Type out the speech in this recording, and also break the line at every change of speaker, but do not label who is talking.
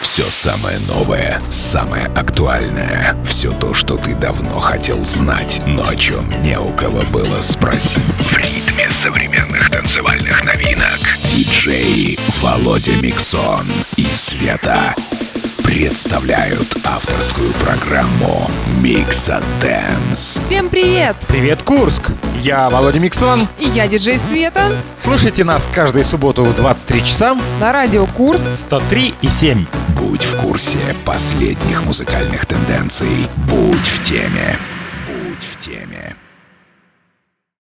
Все самое новое, самое актуальное. Все то, что ты давно хотел знать, но о чем не у кого было спросить. В ритме современных танцевальных новинок. Диджей Володя Миксон и Света представляют авторскую программу «Микса Dance.
Всем привет!
Привет, Курск! Я Володя Миксон.
И я диджей Света
Слушайте нас каждую субботу в 23 часа
на радио Курс.
103 и 7.
Будь в курсе последних музыкальных тенденций. Будь в теме.